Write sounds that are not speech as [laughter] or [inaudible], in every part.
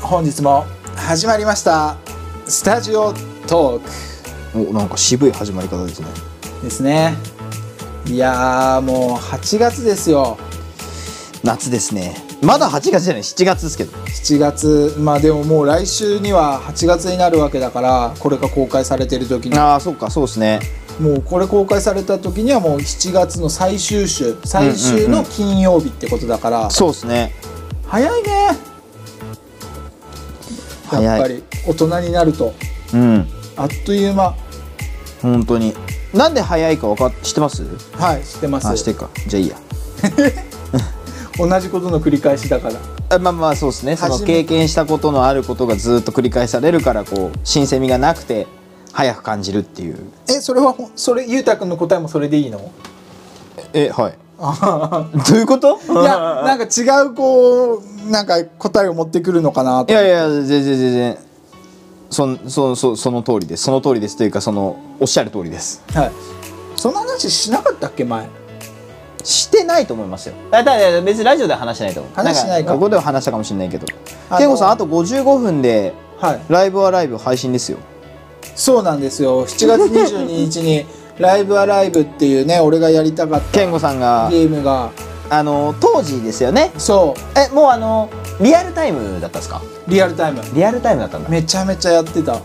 本日も始まりましたスタジオトーおなんか渋い始まり方ですねクですねいやーもう8月ですよ夏ですねまだ8月じゃない7月ですけど7月まあでももう来週には8月になるわけだからこれが公開されてる時にああそうかそうですねもうこれ公開された時にはもう7月の最終週最終の金曜日ってことだから、そうですね早いね早いやっぱり大人になるとうんあっという間本当になんで早いかわかっ知ってますはい知ってまあ知っすてるかじゃあいいや同じことの繰り返しだからあまあまあそうですねその初め経験したことのあることがずっと繰り返されるからこう新鮮味がなくて早く感じるっていうえそれはほんそれゆうたくんの答えもそれでいいのえはいあ [laughs] どういうことーいやなんか違うこうなんか答えを持ってくるのかないと [laughs] やいや全然全然そんそそその通りですその通りですというかそのおっしゃる通りですはいその話しなかったっけ前してないと思いますよあだだ別にラジオでは話してないと思う話してないかんここでは話したかもしれないけどあの健吾さんあと55分ではいライブはライブ配信ですよそうなんですよ7月22日に「ライブ・アライブ」っていうね俺がやりたかった健吾さんがゲームがあの当時ですよねそえもうあのリアルタイムだったんですかうリアルタイムリアルタイムだったんだめちゃめちゃやってた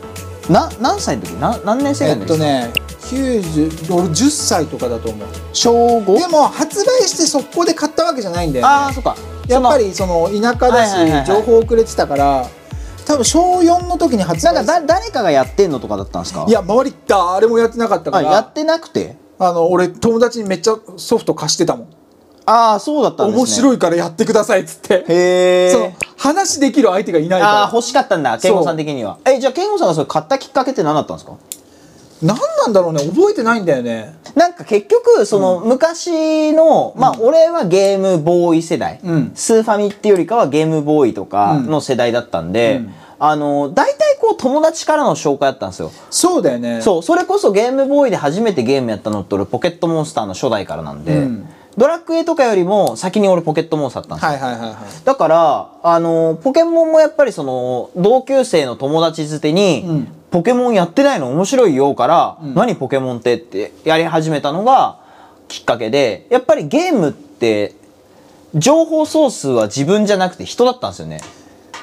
な何歳の時な何年生えぐらっいの時とね90俺10歳とかだと思う小 5? でも発売して速攻で買ったわけじゃないんだよ、ね、ああそっかやっぱりりその田舎だはいはいはいはいし情報遅れてたから多分小4の時に発な売んかだ誰かがやってんのとかだったんですかいや周り誰もやってなかったかあらやってなくてあの俺友達にめっちゃソフト貸してたもんああそうだったんですね面い白いからやってくださいっつってへえその話できる相手がいないああか欲しかったんだ健吾さん的にはえじゃあ健吾さんがそれ買ったきっかけって何だったんですから何なんだろうね覚えてないんだよねなんか結局その昔の、まあ俺はゲームボーイ世代、うんスーファミっていうよりかはゲームボーイとかの世代だったんで、うんあの大体こう友達からの紹介だったんですよ、そうだよねそうそれこそゲームボーイで初めてゲームやったのって俺ポケットモンスターの初代からなんで、うんドラクエとかよりも先に俺ポケットモンスターだったんですよはいはいはいはいだからあのポケモンもやっぱりその同級生の友達づてに、うんポケモンやってないの面白いよ」から「うん何ポケモンって」ってやり始めたのがきっかけでやっぱりゲームって情報ソースは自分じゃなくて人だったんですよね。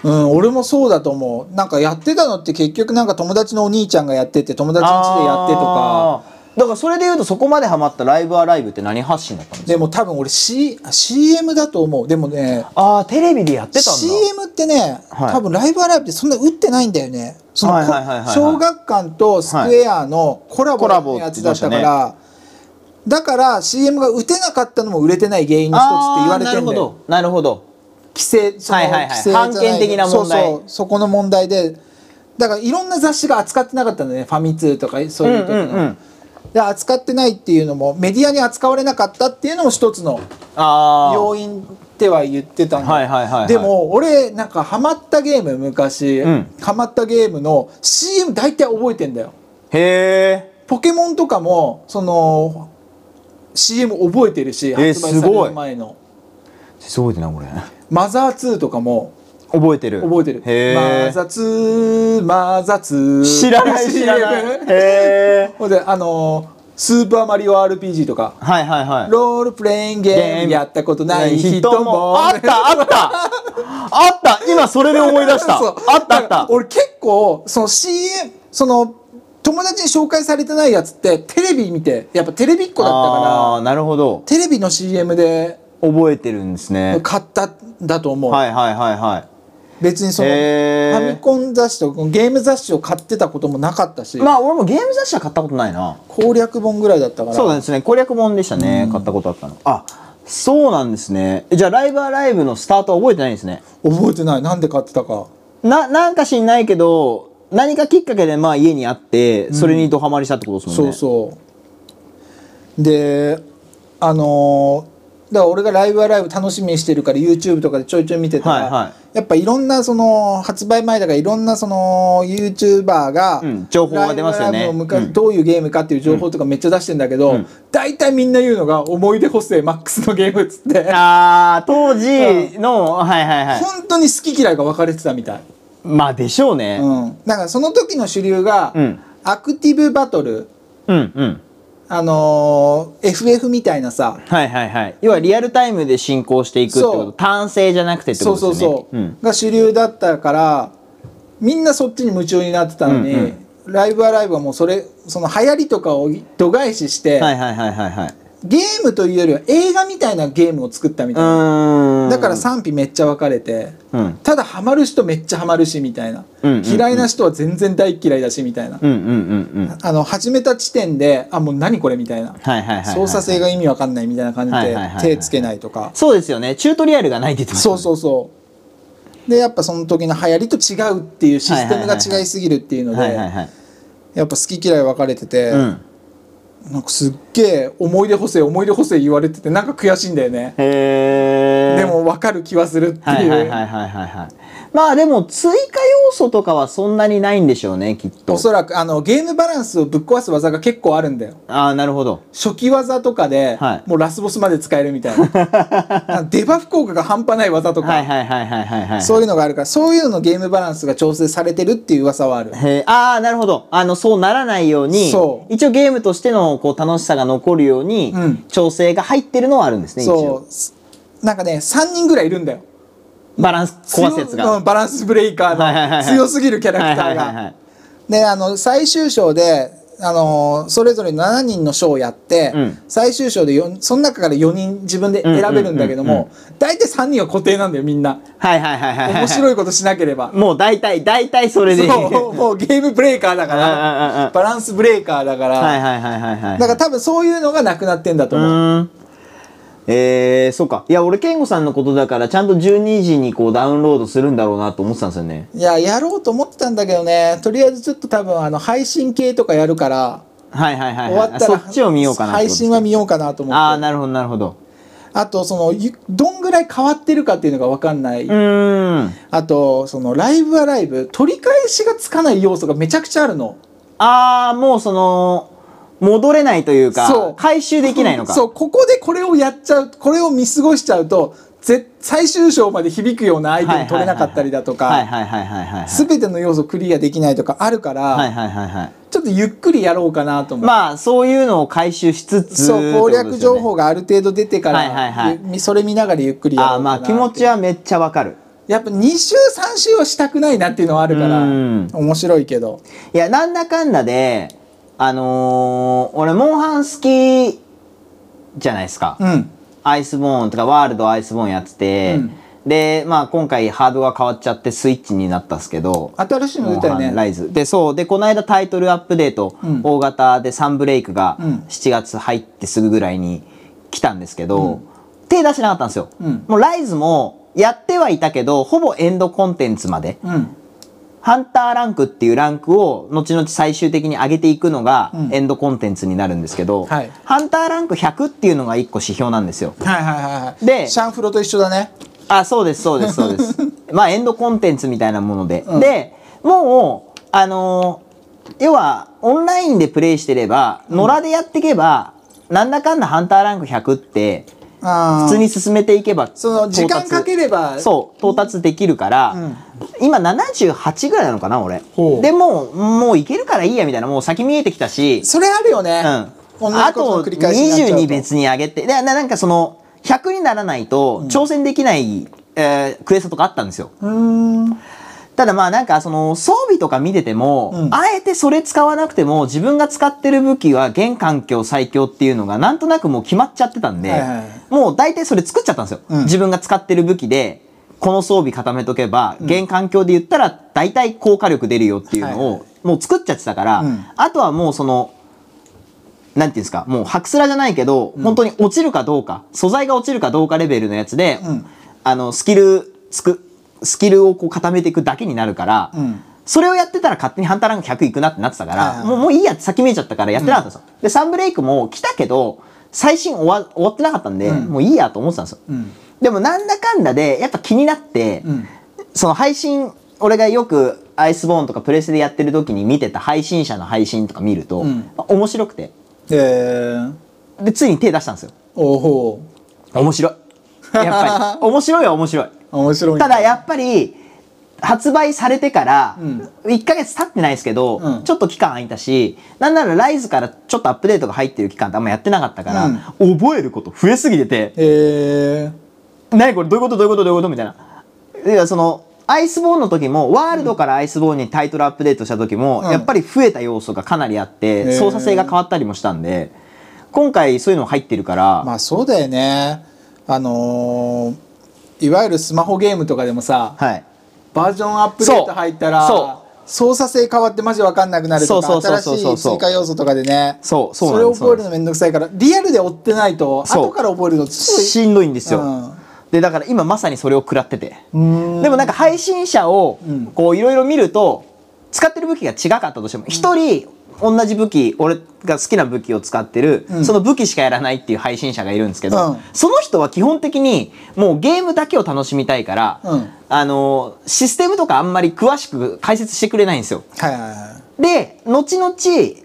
うん、俺もそうだと思うなんかやってたのって結局なんか友達のお兄ちゃんがやってて友達ん家でやってとかあーだからそれで言うとそこまでハマった「ライブアライブ」って何発信だったんですかでも多分俺、C、CM だと思うでもねああテレビでやってたんだ。 CM ってね、はい多分ライブアライブってそんな打ってないんだよねそのはいはいはいはいはい小学館とスクエアのコラコラボボのやつだったから、だから CM が打てなかったのも売れてない原因の一つって言われてあーなるんほだよどなるほど規制そのはいはいはい規制じゃな版権的な問題そうそうそこの問題でだからいろんな雑誌が扱ってなかったんだよねファミ通とかそういう時の、うんうんうんで扱ってないっていうのもメディアに扱われなかったっていうのも一つのああ要因っては言ってたんだはいはいはいはいでも俺なんかハマったゲーム昔、うんハマったゲームの CM 大体覚えてんだよへえポケモンとかもその CM 覚えてるしー発売される前の、すごいなこれマザー2とかも覚えてる覚えてるマへザツーマザツーえ知らない知らないへえほんであのースーパーマリオ RPG とかはいはいはいロールプレインゲームやったことない人もあったあったあった今それで思い出したあそうったあだっからた俺結構その CM その友達に紹介されてないやつってテレビ見てやっぱテレビっ子だったあかーなるほどらテレビの CM で覚えてるんですね買ったんだと思う、はいはいはいは別にそいのファミへえコン雑誌とかゲーム雑誌を買ってたこともなかったし、まあ俺もゲーム雑誌は買ったことないな攻略本ぐらいだったからそうですね攻略本でしたね買ったことあったのあそうなんですねじゃあライブアライブのスタートは覚えてないんですね覚えてないなんで買ってたかな、なんか知んないけど、何かきっかけでまあ家にあって、それにドハマりしたってことですもんそうね。うそうであのーだから俺が「ライブはライブ」楽しみにしてるから YouTube とかでちょいちょい見てたら、はいはやっぱいろんなその発売前だからいろんなその YouTuber が、うん情報が出ますよねライブはライブの昔うんどういうゲームかっていう情報とかめっちゃ出してんだけど、うん大体みんな言うのが「思い出補正マックスのゲーム」っつってあー、当時の、はいはいはい。本当に好き嫌いが分かれてたみたいまあでしょうね。うん、だからその時の主流が、うんアクティブバトルうん、うん。あのー FF みたいなさはいはいはい。要はリアルタイムで進行していくってそこと。う単性じゃなくてってこそうとそうですよね。そう、が主流だったからみんなそっちに夢中になってたのに、うんライブアライブはもうそれその流行りとかを度外視して、うん。はいはいはいはいはい。ゲームというよりは映画みたいなゲームを作ったみうたいな、ーん。だから賛否めっちゃ分かれてうん。ただハマる人めっちゃハマるしみたいな、うんうんうん嫌いな人は全然大嫌いだしみたいな、うんうんうんうん。あの始めた地点であもう何これみたいなはいはいはい、はい。操作性が意味わかんないみたいな感はいはいはいはいじで手つけないとかそうですよね。チュートリアルがないって言ってましたそもうんねそうそうでやっぱその時の流行りと違うっていうシステムが違いすぎるっていうのはいはいではい。やっぱ好き嫌い分かれてて、うん。なんかすっげえ思い出補正思い出補正言われててなんか悔しいんだよね、へーで。も分かる気はするっていう、はいはいはいはいはいはい。まあでも追加要素とかはそんなにないんでしょうね、きっとお。そらくあのゲームバランスをぶっ壊す技が結構あるんだよああ、なるほど。初期技とかで、はいもうラスボスまで使えるみ [laughs] たいななんかデバフ効果が半端ない技とか、はいはいはいはいはいはい。そういうのがあるからそういうののゲームバランスが調整されてるっていう噂はあるへーああ、なるほど。あの、そうならないように、そう一応ゲームとしてのこう楽しさが残るように、うん調整が入ってるのはあるんですね、一応。そうなんかね3人ぐらいいるんだよバランス壊すやつ強うが。んバランスブレイカはいはいはいーはのい強すぎるキャラクターはいはいはいはがいであの最終章であのーそれぞれ7人の章をやって、うん最終章でよその中から4人自分で選べるんだけども、大体3人は固定なんだよみんなはいはいはいはいはい。面白いことしなければもう大体、大体それでいい。そうもうゲームブレーカーだかうんうんうんうらんバランスブレーカーだから、はいはいはいはいはい。だから多分そういうのがなくなってんだとう思う、ーん。えー、そうか。いや、俺、健吾さんのことだから、ちゃんと12時にこうダウンロードするんだろうなと思ってたんですよね。いややろうと思ってたんだけどねとりあえずちょっと多分あの配信系とかやるからはいはいはい、終はわい。ったらそっちを見ようかなって配こと信は見ようかなと思ああ、ってなるほどなるほど。あとそのゆどんぐらい変わってるかっていうのが分かんない、うーん。あとそのライブはライブ取り返しがつかない要素がめちゃくちゃあるのああ、もうその、戻れないというか、そう回収できないのか。そうここでこれをやっちゃうこれを見過ごしちゃうとぜ最終章まで響くようなアイテム取れなかったりだとはいかはいはいはいはいはい。全ての要素クリアできないとかあるから、はいはいはいはい。ちょっとゆっくりやろうかなと思ってまあ、そういうのを回収しつつ、そう攻略情報が。がある程度出てから、はいはいはいみそれ見ながらゆっくりやろうああ、かまなあ、気持ちははめっちゃわかる。やっぱ2週3週はしたくないなっていうのはあるからうん面白いけどいや、なんだかんだで、あのー、俺、モンハン好きじゃないですか。うんアイスボーンとか、ワールドアイスボーンやってて、うんで、まあ、今回ハードが変わっちゃってスイッチになったんですけど、新しいのモ出ンたよハンラねイズ。で、そう。で、この間タイトルアップデート、うん大型でサンブレイクがうん7月入ってすぐぐらいに来たんですけど、手出してなかったんですよ。うんもうライズもやってはいたけど、ほぼエンドコンテンツまで。うんハンターランクっていうランクを後々最終的に上げていくのがうんエンドコンテンツになるんですけど、はいハンターランク100っていうのが1個指標なんですよ。はいはいはいはいでシャンフロと一緒だねあ、そうです、そうです、そ [laughs] うです。まあ、エンドコンテンツみたいなもので。うんで、もう、あのー要は、オンラインでプレイしてれば、野良でやっていけば、なんだかんだハンターランク100って、あー普通に進めていけば、その時間かければそう、到達できるから、うん今78ぐらいなのかな、俺ほ。うでもう、もういけるからいいや、みたいな、もう先見えてきたし、それあるよねう同ん。じあことと、の繰り返しになっちゃうと22別に上げて、で、ななんかその、100にならないと、挑戦できない、えークエストとかあったんですよ。うーんただまあなんかその装備とか見てても、うんあえてそれ使わなくても自分が使ってる武器は現環境最強っていうのがなんとなくもう決まっちゃってたんで、はいはいもう大体それ作っちゃったんですよ。うん自分が使ってる武器で、この装備固めとけば、現環境で言ったら大体効果力出るよっていうのはいをもう作っちゃってたから、うんあとはもうその、なんていうんですか、もうハクスラじゃないけど、本当に落ちるかどうか、素材が落ちるかどうかレベルのやつで、うんあの、スキル、つく、スキルをこう固めていくだけになるから、うんそれをやってたら勝手にハンターランク100いくなってなってたかはいら、はいもうもういいやって先見えちゃったからやってなかったんですよ。で、サンブレイクも来たけど、最新終わ終わってなかったんで、うんもういいやと思ってたんですよ。うんでもなんだかんだで、やっぱ気になって、うんその配信、俺がよくアイスボーンとかプレステでやってる時に見てた配信者の配信とか見ると、うん面白くて。えーで、ついに手出したんですよ。おほ面白い。やっぱり。面白いは面白い。う面白いただやっぱり、発売されてからうん1ヶ月経ってないですけど、うんちょっと期間空いたしなんならライズからちょっとアップデートが入ってる期間ってあんまやってなかったから、覚えること増えすぎててえー、何これどういうことどういうことどういうことみたいな。いやそのアイスボーンの時もワールドからアイスボーンにタイトルアップデートした時も、うんやっぱり増えた要素がかなりあっへーて操作性が変わったりもしたんで今回そういうの入ってるから、まあそうだよねあのーいわゆるスマホゲームとかでもさはいバージョンアップデート入ったらそ操作性変わってマジわかんなくなるとそかうそう新そうそうしそうい追加要素とかでねそうそうそなれんをです覚えるのめんどくさいからリアルで追ってないとそう後から覚えるのすしんどいんですごいよ、でだから今まさにそれを食らっててでもなんか配信者をうんこういろいろ見ると使ってる武器が違かったとしても一人同じ武器俺が好きな武器を使ってる、うんその武器しかやらないっていう配信者がいるんですけど、うんその人は基本的にもうゲームだけを楽しみたいから、うんあのシステムとかあんまり詳しく解説してくれないんですよ。はいはいはで後々、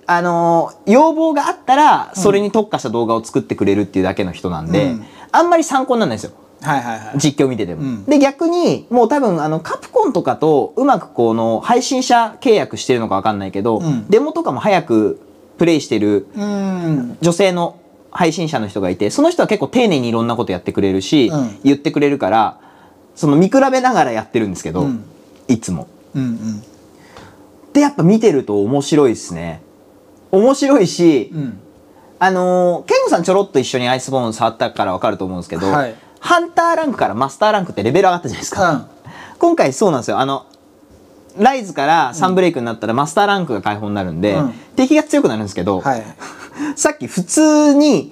あのー要望があったらそれに特化した動画を作ってくれるっていうだけの人なんで、うんあんまり参考にならないんですよいはいはいはい実況見てても。うんで逆にもう多分あのカプコンとかとうまくこの配信者契約してるのかわかんないけど、うんデモとかも早くプレイしてるうん女性の配信者の人がいてその人は結構丁寧にいろんなことやってくれるし、うん言ってくれるからその見比べながらやってるんですけど、うんいつも。うんうんでやっぱ見てると面白いですね面白いし、うんあのー、ケンゴさんちょろっと一緒にアイスボーン触ったから分かると思うんですけど、はいハンターランクからマスターランクってレベル上がったじゃないですか、今回そうなんですよあのライズからサンブレイクになったらマスターランクが解放になるんで、うん敵が強くなるんですけど、はいさっき普通に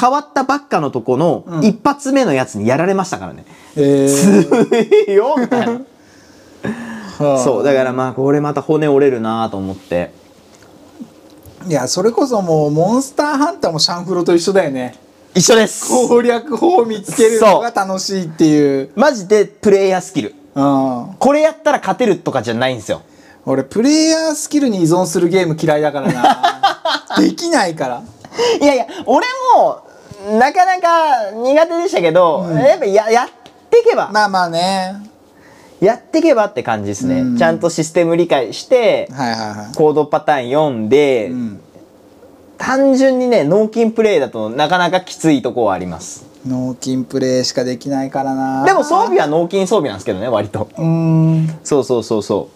変わったばっかのとこうのん一発目のやつにやられました [laughs] からね、えーいいよみたいなはあそうだからまあこれまた骨折れるなと思っていやそれこそもうモンスターハンターもシャンフロと一緒だよね一緒です攻略法を見つけるのが楽しいっていうマジでプレイヤースキルうん、これやったら勝てるとかじゃないんですよ俺プレイヤースキルに依存するゲーム嫌いだから [laughs] なできないからいやいや俺もなかなか苦手でしたけど、うんやっぱややってけばまあまあねやってけばって感じですね、うんちゃんとシステム理解してはいはいはコードパターン読んで、い、うん、単純にね脳筋プレイだとなかなかきついとこはあります脳筋プレイしかできないからなでも装備は脳筋装備なんですけどね割とうんそうそうそうそ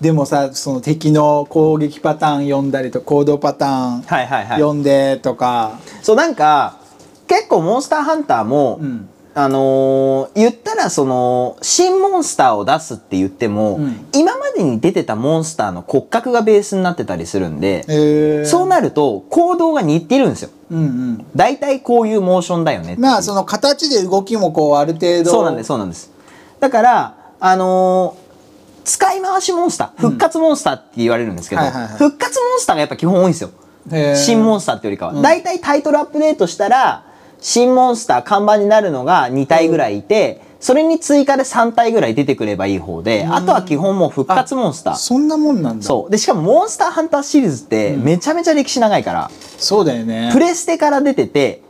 でもさその敵の攻撃パターン読んだりと行動パタうーンはいはいはい読んでとか、そうなんか結構モンスターハンターも、うんあのー言ったらその新モンスターを出すって言っても、うん今までに出てたモンスターの骨格がベースになってたりするんで、えー、そうなると行動が似てるんですようん大体こういうモーションだよねっうてんいうまあその形で動きもこうある程度そうなんですそうなんですだからあのー使い回しモンスター復活モンスターって言われるんですけど、はいはいはい復活モンスターがやっぱ基本多いんですよへー新モンスターってよりかは、うん大体タイトルアップデートしたら新モンスター看板になるのが2体ぐらいいて、それに追加で3体ぐらい出てくればいい方で、あとは基本もう復活モンスターそんなもんなんだそうでしかもモンスターハンターシリーズってめちゃめちゃ歴史長いから、そうだよねプレステから出てて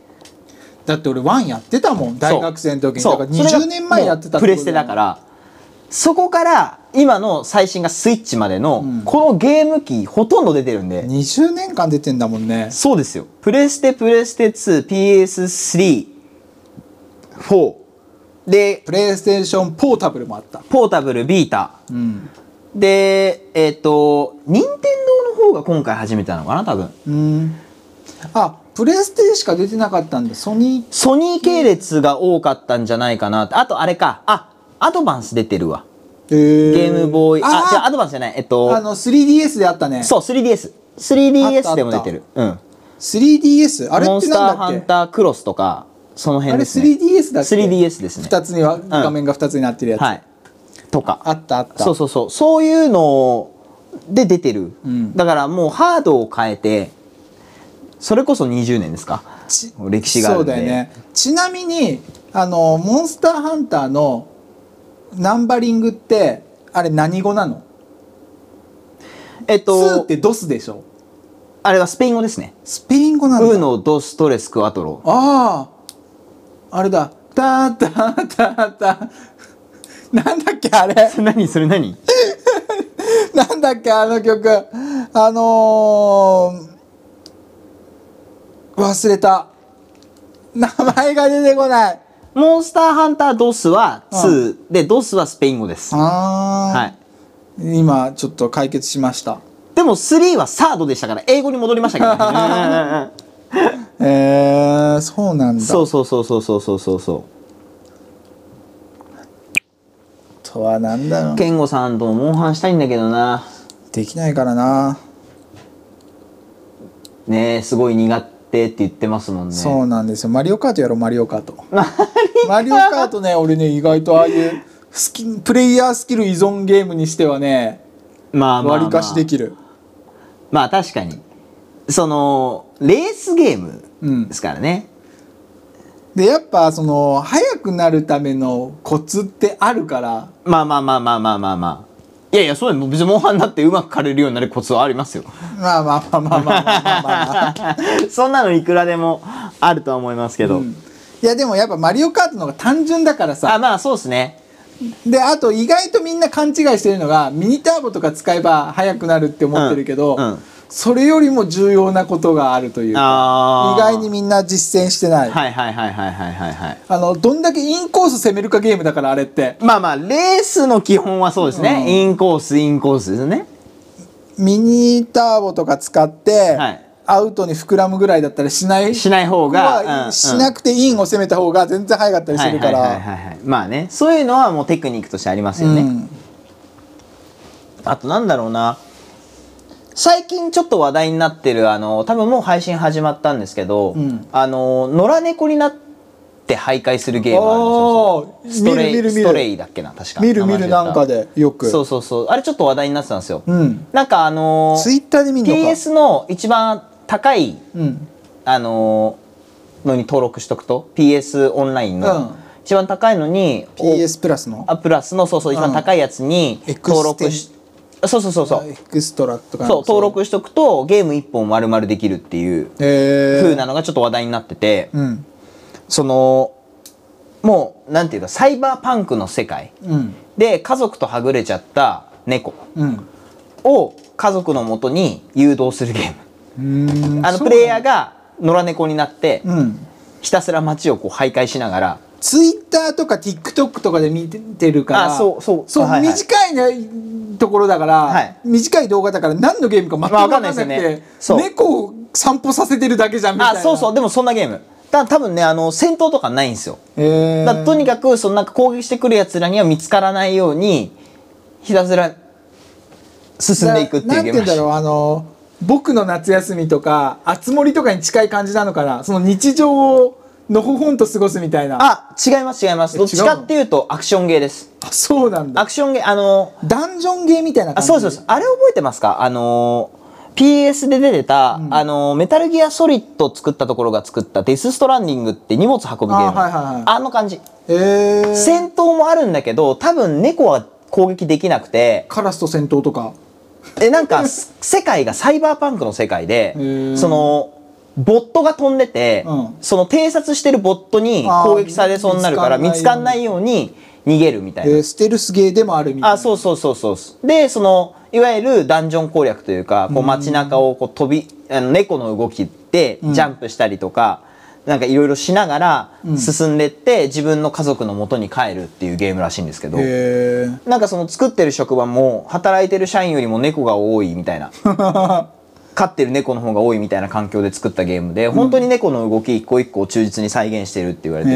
だって俺ワンやってたもん大学生の時にそだうからそれ20が年前やってたもうプレステだかららそこから今の最新がスイッチまでの、うんこのゲーム機ほとんど出てるんで、 20年間出てんだもんねそうですよ。プレステ、プレステ2、PS3、4。で、プレイステーションポータブルもあったポータブル、ビータ。うんで、えっ、と、任天堂の方が今回始めたのかな、多分。うんあプレイステしか出てなかったんだソニソニー系列が多かったんじゃないかなって。あと、あれか。あ、アドバンス出てるわ。ーえゲームボーイ。あ、あ違う、あアドバンスじゃない。えっあと、の 3DS であったねそう、3DS。あったあった 3DS でも出てる。うん。 3DS あれモっンてスタなーんだっハンけタークロスとか、そのあ辺れですね。 3DS だっけ 3DS ですね。 2つには画面が2つになってるやつ、はい。とか。あったあったそうそうそうそういうので出てる、うんだからもうハードを変えてそれこそ20年ですかち歴史があるんでそうだよねちなみにあのモンスターハンターのナンバリングってあれ何語なのえっ ?2 っとてドスでしょあれはスペイン語ですねスペイン語「なウーんだノ・ドス・トレス・クアトロあああれだタタタタタなんだっけあれそれ何それ何なんだっけあの曲あのー、忘れた名前が出てこないモンスターハンタードスはうん2、でドスはスペイン語です、はあい、ー、今ちょっと解決しましたでも3はサードでしたから英語に戻りました [laughs] けど、ね、えー、そうなんだそうそうそうそうそうそうそうそあとはなんだろうう健吾さんともモンハンしたいんだけどなできないからな、ねえすごい苦手って言ってますもんねそうなんですよマリオカートやろうマリオカートマリオカートね俺ね意外とああいうスキプレイヤースキル依存ゲームにしてはねまあまあ、まあ、割りかしできる、まあ確かにそのレースゲームうんですからね、でやっぱその速くなるためのコツってあるからまあまあまあまあまあまあまあいやいやそうだよ別にモンハンだってうまく狩れるようになるコツはあります [laughs] よまあまあまあまあまあまあまあま [laughs] あ、そんなのいくらでもあるとは思いますけど、うんいやでもやっぱマリオカートの方が単純だからあさまあそうですねであと意外とみんな勘違いしてるのがミニターボとか使えば速くなるって思ってるけど、うんうんそれよりも重要なことがあるというかあ意ー外にみんな実践してない、はいはいはいはいはいはいはいあのどんだけインコース攻めるかゲームだからあれってまあまあレースの基本はそうですね、うんインコースインコースですねミニターボとか使って、はいアウトに膨らむぐらいだったらしないしない方が、はしなくくてインを攻めた方が全然早かったりするかはいはいら。はいはいはい、まあねそういうのはもうテクニックとしてありますうよね、んあとなんだろうな最近ちょっと話題になってるあの多分もう配信始まったんですけど、んあの野良猫になって徘徊するゲームあるおんですよストーレイ見る見る見スるトレイだっけな確か見る見名る前忘れたなんかでよく。そうそうそうあれちょっと話題になってたんですよ、うん。なんかあのツイッターで見るのか。 PS の一番高いうん。あののに登録しとくと PS オンラインうんの一番高いのに、 PS プラスのあプラスのそうそう一番高いやつにうん登録し、そうそうそうそうエクストラとか。そう登。録しとくとゲーム1本丸々できるっていうえー。風なのがちょっと話題になってて、うん。そのもうなんていうかサイバーパンクの世界うん。で家族とはぐれちゃった猫うん。を家族のもとに誘導するゲームうーんあのプレイヤーが野良猫になってうん。ひたすら街をこう徘徊しながらツイッターとか TikTok とかで見てるから。あそうそうそう、はいはい短いね、ところだから、はい短い動画だから何のゲームか全くまあ分わかかんんなないくでて、すよねそう猫を散歩させてるだけじゃんみたいあな。そうそうう。でもそんなゲームだから多分ねあの戦闘とかないんですよえー、だからとにかくそのなんか攻撃してくるやつらには見つからないようにひたすら進んでいくっていうゲームなんて言うんだろうあの僕の夏休みとか熱森とかに近い感じなのかなその日常をのほほんと過ごすみたいなああ違います違いますえどっちかっていうとアクションゲーですそうなんアだクションゲーあのダンジョンゲーみたいなあ感じそうですそうですあれ覚えてますかあの PS で出てた、あのメタルギアソリッド作ったところが作ったデスストランディングって荷物運ぶゲームあはいはいはいあの感じえー、戦闘もあるんだけど多分猫は攻撃できなくてカラスと戦闘とかえなんかす世界がサイバーパンクの世界でーそのボットが飛んでて、うんその偵察してるボットにあー攻撃されそうになるから見見つつかかんんなないいように逃げるみたいえな、ー、ステルスゲーでもあるみたいなあそうそうそうそうでそのいわゆるダンジョン攻略というかこう街中をこう飛びあの猫の動きでジャンプしたりとか、なんかいろいろしながら進んでって、自分の家族の元に帰るっていうゲームらしいんですけど、えー、なんかその作ってる職場も働いてる社員よりも猫が多いみたいな飼ってる猫の方が多いみたいな環境で作ったゲームで本当に猫の動き一個一個を忠実に再現してるって言われてへ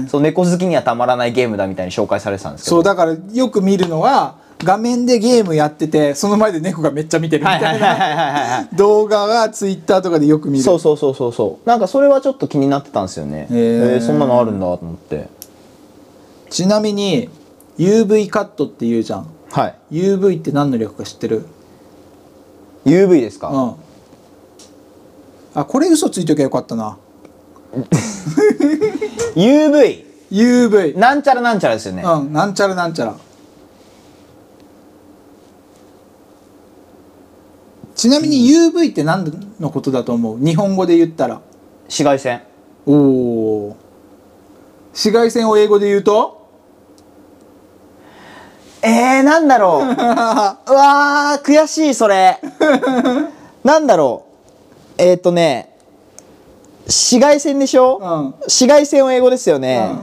ーてその猫好きにはたまらないゲームだみたいに紹介されてたんです [laughs] けそうどだからよく見るのは画面でゲームやっててその前で猫がめっちゃ見てるみはいはたいいはいなはいはいは動画がツイッターとかでよく見いるそうそうそうそうそうなんかそれはちょっと気になってたんですよねへへーえそんなのあるんだと思ってちなみに UV カットって言うじゃんはい UV って何の略か知ってる UV ですうかんあこれ嘘ついときゃよかったな UV UV なんちゃらなんちゃらですよねうんなんちゃらなんちゃらちなみに UV って何のことだと思う日本語で言ったら紫外線おお紫外線を英語で言うとえー、なんだ [laughs] ろううわー悔しいそれなんだろうえっ、ー、とね紫外線でしうょ、ん紫外線は英語ですよね、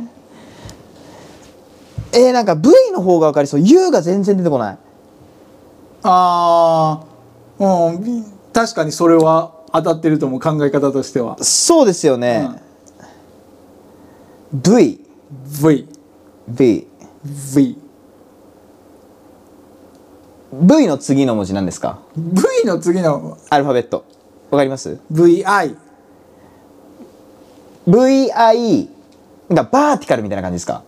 えー、なんか V の方が分かりそう U が全然出てこないああうんび確かにそれは当たってると思う考え方としては、そうですよね、VV うん、 v VV V の次の文字何ですか V の次のアルファベットわかります VI VI なんかバーティカルみたいな感じですか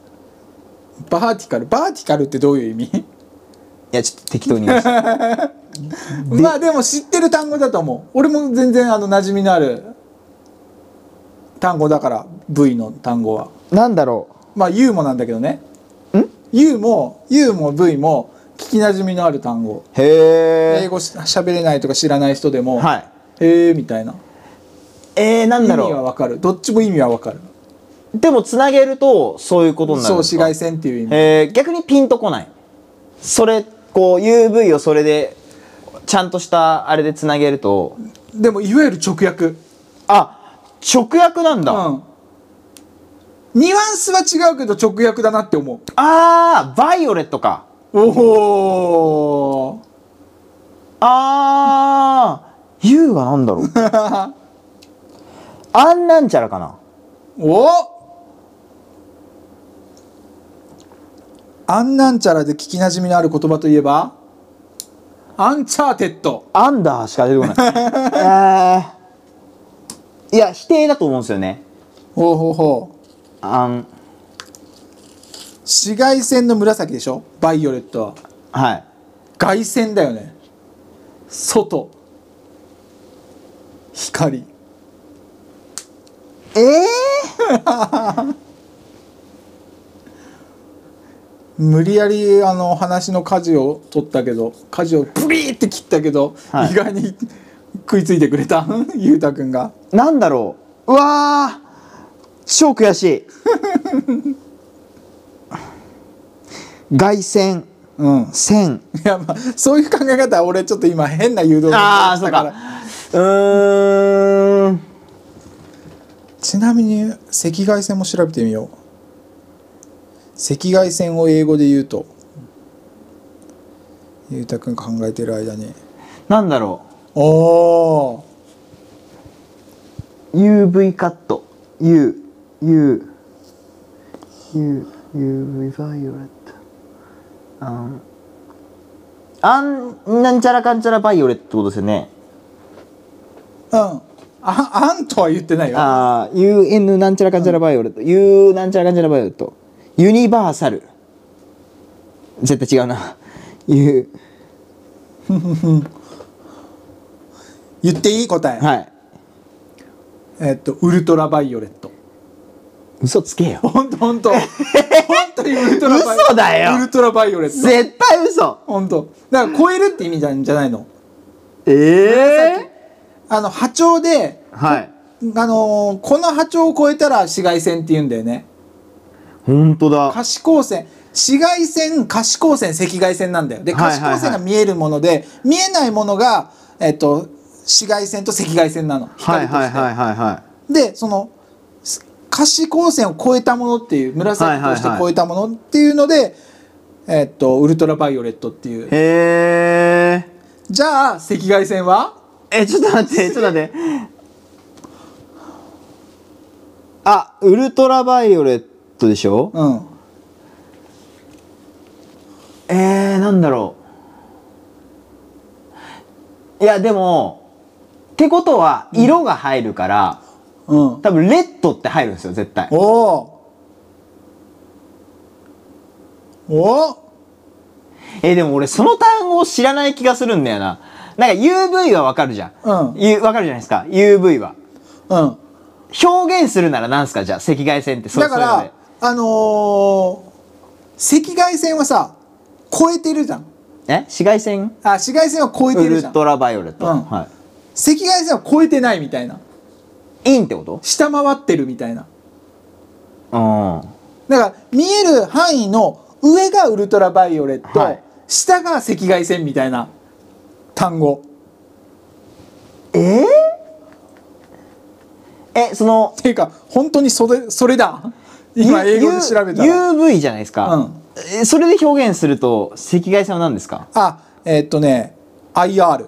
バーティカルバーティカルってどういう意味いやちょっと適当に言いま [laughs] したまあでも知ってる単語だと思う俺も全然あの馴染みのある単語だから V の単語はなんだろまあ U もなんだけどねん U も U も V も聞き馴染みのある単語うへ英語し喋れないとか知らない人でもはいへえみたいなえー、な意ん味だはろわかるどっちも意味はわかるうでもつなげるとそういうことになそうるんです紫か外線っていう意味えー、逆にピンとこないそれこう UV をそれでちゃんとしたあれでつなげるとでもいわゆる直訳うんあ直訳なんだ、あニュアンスは違うけど直訳だなって思うあーバイオレットか [laughs] おおああ U はなんだろう [laughs] あんなんちゃらかなおアンなんちゃらで聞きなじみのある言葉といえばアンチャーテッドアンダーしか出てこ [laughs] ないえーいや否定だと思うんですよねほうほうほうあん紫外線の紫でしょバイオレットははい外線だよね外光ええ無理やりあの話の舵を取ったけど舵をプリーって切ったけど、はい意外に [laughs] 食いついてくれた [laughs] ゆうたくんがー、なんだろううわー超悔しい [laughs] 外線うんい線やまあそういう考え方は俺ちょっと今変な誘導をああしそうたかかうらーんちなみに赤外線も調べてみよう赤外線を英語で言うとゆうたくんが考えてる間になんだろおーう UV カット U U U UV バイオレットあんあんなんちゃらかんちゃらバイオレットってことですよねうんああんとは言ってないよああ UN なんちゃらかんちゃらバイオレット U なんちゃらかんちゃらバイオレットユニバーサル絶対違うな U 言っていい答え、はいえっとウルトラバイオレット嘘つけよ本当本当本当にウルトラバイオレット嘘だよウルトラバイオレット絶対嘘本当だから超えるって意味なんじゃないのええあの波長ではいあのーこの波長を超えたら紫外線って言うんだよね本当だ可視光線紫外線可視光線赤外線なんだよではい可はいは視い光線が見えるもので、見えないものが、えっと、紫外線と赤外線なのはい光として、はいはいはいはでそのす可視光線を超えたものっていう紫としてはいはいはい超えたものっていうので、えっとウルトラバイオレットっていういへーじゃあ赤外線はえちょっと待ってちょっと待ってあウルトラバイオレットでしょうんえー、なんだろういやでもってことは色が入るから、うん多分レッドって入るんですよ絶対おおおーえーでも俺その単語を知らない気がするんだよななんか UV はわかるじゃん、うんゆわかるじゃないですか UV はうん表現するならなんすかじゃあ赤外線ってそだかそういうらあのー赤外線はさ超えてるじゃんのでえ紫外線あ紫外線は超えてウるルじゃん赤トラバイオレット、うんは外線は超えてないみたいないインってこと下回ってるみたいなうんだから見える範囲の上がウルトラバイオレット、はい下が赤外線みたいな単語えー、えそのっていうか本当にそれそれだ [laughs] 今 U- 英語で調べたら、 U- UV じゃないですか、うんえそれで表現すると赤外線は何ですかあえーっとね IR、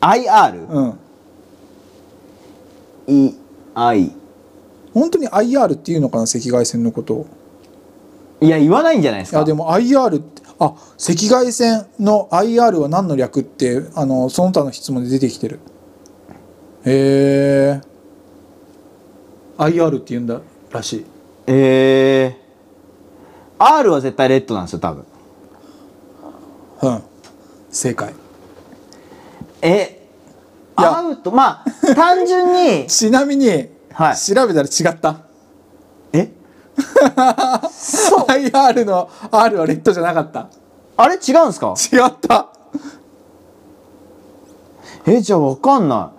IR?、うん、 EI 本当に IR っていうのかな赤外線のことをいや言わないんじゃないですいやかでも IR ってあ赤外線の IR は何の略ってあのその他の質問で出てきてるへえ IR って言うんだらしいえー、R は絶対レッドなんですよ多分うん正解えいやアウトまあ単 [laughs] 純にちなみに、はい調べたら違ったえ IR の R はレッドじゃなかったあれ違うんですか違ったえじゃあ分かんな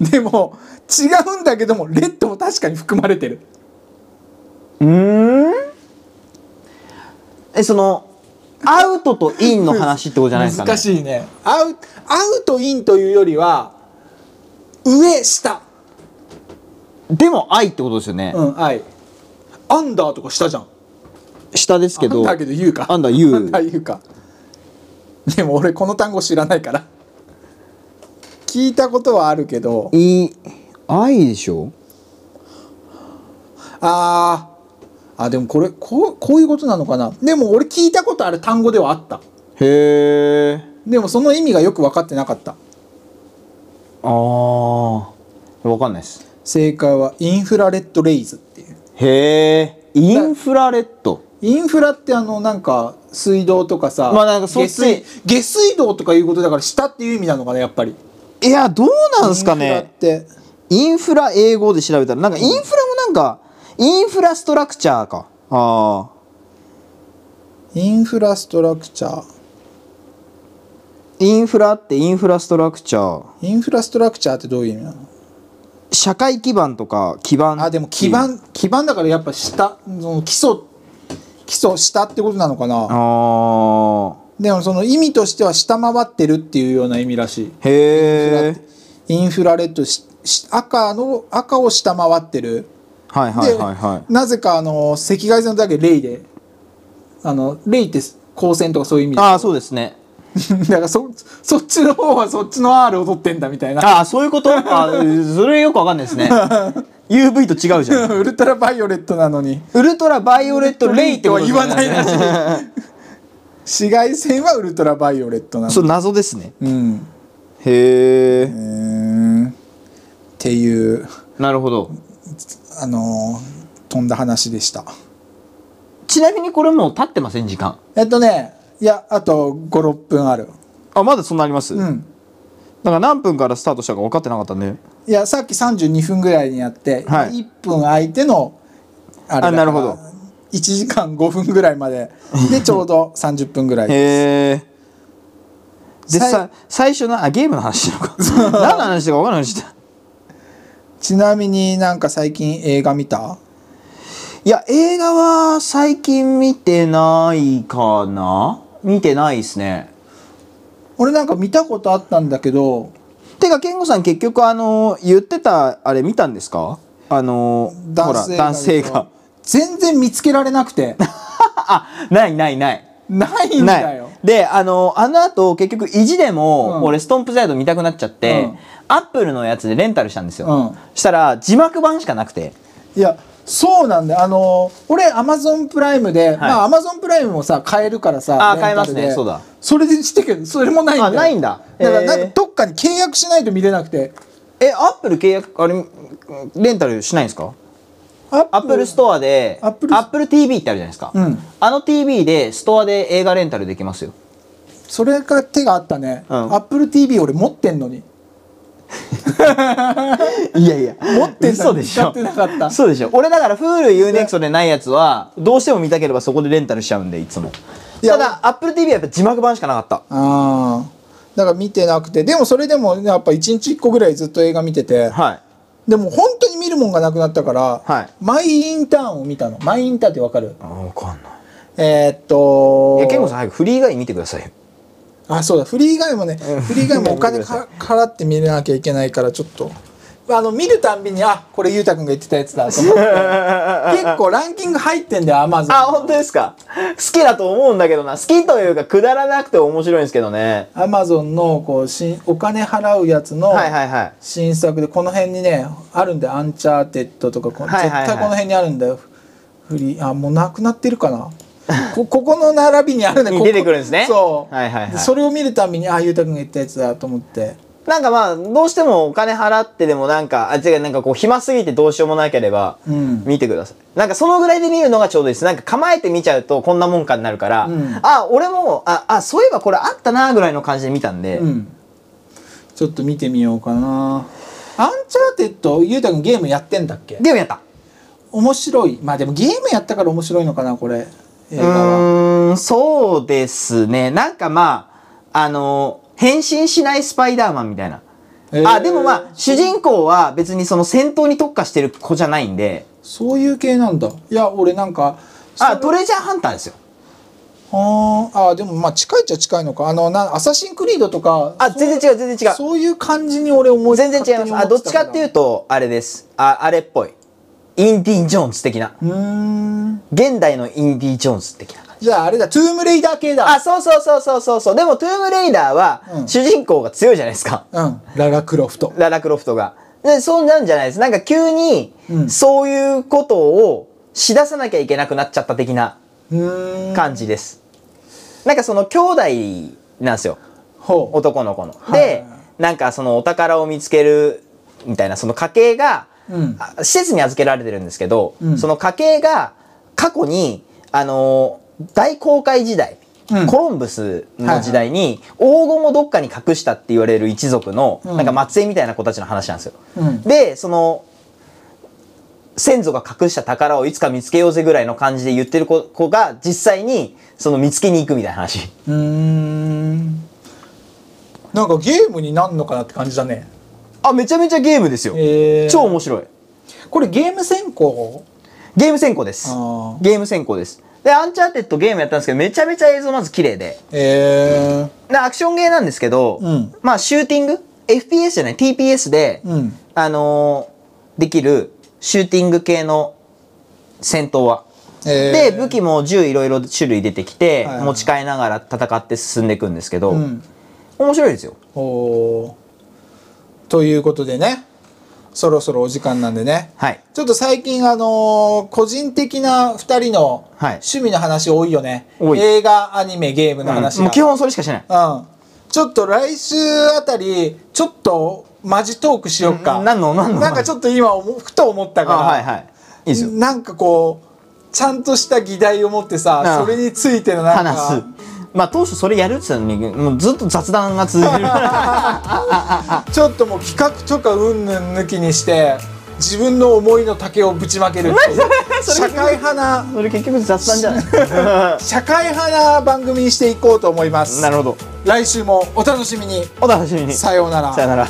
でも違うんだけどもレッドも確かに含まれてるいうーんえそのアウトとインの話ってことじゃないですか [laughs] ね難しいねアウアウトインというよりは上下でも愛ってことですよね、うんはいアンダーとか下じゃん下ですけどアンダーけど言うかアンダーアンダ U ー言うかでも俺この単語知らないから聞いたことはあるけど E I でしょあーあでもこれこうこういうことなのかなでも俺聞いたことある単語ではあったへえでもその意味がよく分かってなかったあー分かんないです正解はインフラレッドレイズっていうへえインフラレッドインフラってあのなんか水道とかさ、まあなんかそっ下ち水下水道とかいうことだから下っていう意味なのかなやっぱりいやどうなんすかインフラっねてインフラ英語で調べたらなんかインフラもなんかインフラストラクチャーかああインフラストラクチャーインフラってインフラストラクチャーインフラストラクチャーってどういう意味なの社会基盤とか基盤あでも基盤基盤だからやっぱ下その基礎基礎下ってことなのかなあでもその意味としては下回ってるっていうような意味らしい。あへえインフラレッドしし赤の赤を下回ってる。はいで、はいはいはいなぜかあの赤外線だけレイで、あのレイって光線とかそういう意味ああそうですねで [laughs] だからそそっちの方はそっちの R を取ってんだみたいな。 [laughs] ああそういうことあーそれよくわかんないですね UV と違うじゃんウルトラバイオレットなのに。ウルトラバイオレットレイってことです言よわねないらしい。紫外線はウルトラバイオレットなの。そう謎ですねうん。うへえーん。っていう。なるほどあのー飛んだ話でした。ちなみにこれもう経ってません時間えっとね、いや、あと5、6分ある。あまだそんなあります、うなんん。か何分からスタートしたか分かってなかったねいや、さっき32分ぐらいにやって、はい1分空いての、あれだからあなるほど1時間5分ぐらいまで、で、ちょうど30分ぐらい。へえでさいさ最初のあゲームの話なのか [laughs] 何の話だか分からないしたちなみになんか最近映画見たいや映画は最近見てないかな見てないですね俺なんか見たことあったんだけど、てか健吾さん結局あの言ってたあれ見たんですかあのほ男ら性男性がが全然見つけられなく [laughs] て、あないないないないんなだいよ。であのあの後結局意地でも、うん俺ストンプザイド見たくなっちゃって、うんアップルのやつでレンタルしたんですよ、うんしたら字幕版しかなくていやそうなんだよあの俺アマゾンプライムで、まあアマゾンプライムもさ買えるからさあーレンタルで買えますねそうだそれでしてけどそれもないんだよあないんだだからへーなんかどっかに契約しないと見れなくてえアップル契約あれレンタルしないんですかアッアップルストアでアップル TV ってあるじゃないですか、うんあの TV でストアで映画レンタルできますよそれが手があったね、うんアップル TV 俺持ってんのに [laughs] いやいや持ってたのに嘘でし使ょってなかったそうでしょ俺だから HuluUNEXT でないやつはどうしても見たければそこでレンタルしちゃうんでいつもいやただ AppleTV はやっぱ字幕版しかなかったああだから見てなくてでもそれでもやっぱ1日1個ぐらいずっと映画見ててはいでも本当に見るるもんがなくなったから、はいマイインターンを見たのマイインターンってわかるあ分かんないえーっいとや健吾さん早くフリー以外見てくださ [laughs] いよあそうだフリー以外もねうんフリー以外もお金 [laughs] か払って見れなきゃいけないからちょっとあの見るたんびにあこれ裕太君が言ってたやつだと思 [laughs] って結構ランキング入ってんだよアマゾンあ本当ですか好きだと思うんだけどな好きというかくだらなくて面白いんですけどねアマゾンのこうしお金払うやつのはいはいはい新作でこの辺にねあるんだよアンチャーテッドとかこうはいはいはい絶対この辺にあるんだよフリーあもうなくなってるか [laughs] なこここの並びにあるんだにここ出てくるんですねそう、はいはいはいそれを見るたんびにあ裕太君が言ったやつだと思ってなんかまあどうしてもお金払ってでもなんかあ違うなんかこう暇すぎてどうしようもなければうん見てください、なんかそのぐらいで見るのがちょうどいいですなんか構えて見ちゃうとこんなもんかになるから、うんあ俺もああそういえばこれあったなぐらいの感じで見たんで、うんちょっと見てみようかなアンチャーテッド裕太君ゲームやってんだっけでもやった面白いまあでもゲームやったから面白いのかなこれ映う画はーんそうですねなんかまああの変身しないスパイダーマンみたいな、えーあでもまあ主人公は別にその戦闘に特化してる子じゃないんでそういう系なんだいや俺なんかあトレジャーハンターですよあーあーでもまあ近いっちゃ近いのかあのなアサシンクリードとかあ全然違う全然違うそういう感じに俺思い全然違います。あ、どっちかっていうとと、あれです。あ、あれっぽい。インディ・ジョーンズ的な。うーん現代のインディ・ジョーンズ的な感じ。じゃああれだトゥームレイダー系だあ、そうそうそうそうそうそう。でも、トゥームレイダーはう、ん主人公が強いじゃないですか。うんララクロフトララクロフトが。で、そうなんじゃないです。なんか急にう、んそういうことをしださなきゃいけなくなっちゃった的なうーん感じです。なんかその兄弟なんですよ。ほ男の子の。はいで、なんかそのお宝を見つけるみたいな、その家系が、ううんあ施設に預けられてるんですけど、うんその家系が過去に、あのー大航海時代、うんコロンブスの時代に黄金をどっかに隠したって言われる一族の、うんなんか末裔みたいな子たちの話なんですよ。うんでその先祖が隠した宝をいつか見つけようぜぐらいの感じで言ってる子子が実際にその見つけに行くみたいな話。うーんなんかゲームになんのかなって感じだねあめちゃめちゃゲームですよ。えー、超面白い。これゲーム先行ゲーム先行ですあ。ーゲーム先行です。で、アンチャーテッドゲームやったんですけど、めちゃめちゃ映像まず綺麗で。えで、アクションゲーなんですけど、うんまあ、シューティング ?FPS じゃない ?TPS で、ー、うんあのーできるシューティング系の戦闘は。えで、武器も銃いろいろ種類出てきて、はいはい持ち替えながら戦って進んでいくんですけど、うん面白いですよ。おーということでねそろそろお時間なんでねはい。ちょっと最近あのー個人的な2人のはい趣味の話多いよね、多い映画アニメゲームの話うんもがう基本それしかしない。うんちょっと来週あたりちょっとマジトークしよっか何の何のなんかちょっと今思うふと思ったあ、から、はいはい。いいですよ。なんかこうちゃんとした議題を持ってあさあそれについてのなんか話す。まあ、当初それやるって言ってたのに、もうずっと雑談が続いて [laughs] る。ちょっともう企画とかうんぬん抜きにして自分の思いの丈をぶちまけるっ [laughs] ていう社会派なそれ結局雑談じゃない社会派な番組にしていこうと思います [laughs] なるほど来週もお楽しみにお楽しみにささようならよなら